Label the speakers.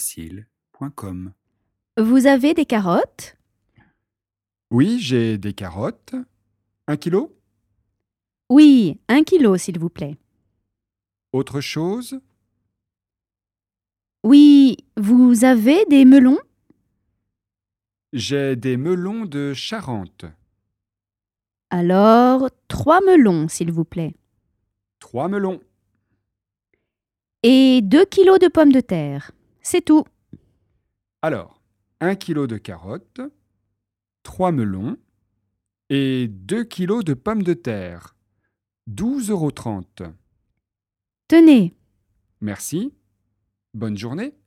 Speaker 1: podcastfrancaisfacile.com.
Speaker 2: Vous avez des carottes
Speaker 3: Oui, j'ai des carottes. Un kilo
Speaker 2: Oui, un kilo, s'il vous plaît.
Speaker 3: Autre chose
Speaker 2: Oui, vous avez des melons
Speaker 3: J'ai des melons de Charente.
Speaker 2: Alors, trois melons, s'il vous plaît.
Speaker 3: Trois melons.
Speaker 2: Et deux kilos de pommes de terre. C'est tout.
Speaker 3: Alors, un kilo de carottes, trois melons et deux kilos de pommes de terre. 12,30 euros.
Speaker 2: Tenez.
Speaker 3: Merci. Bonne journée.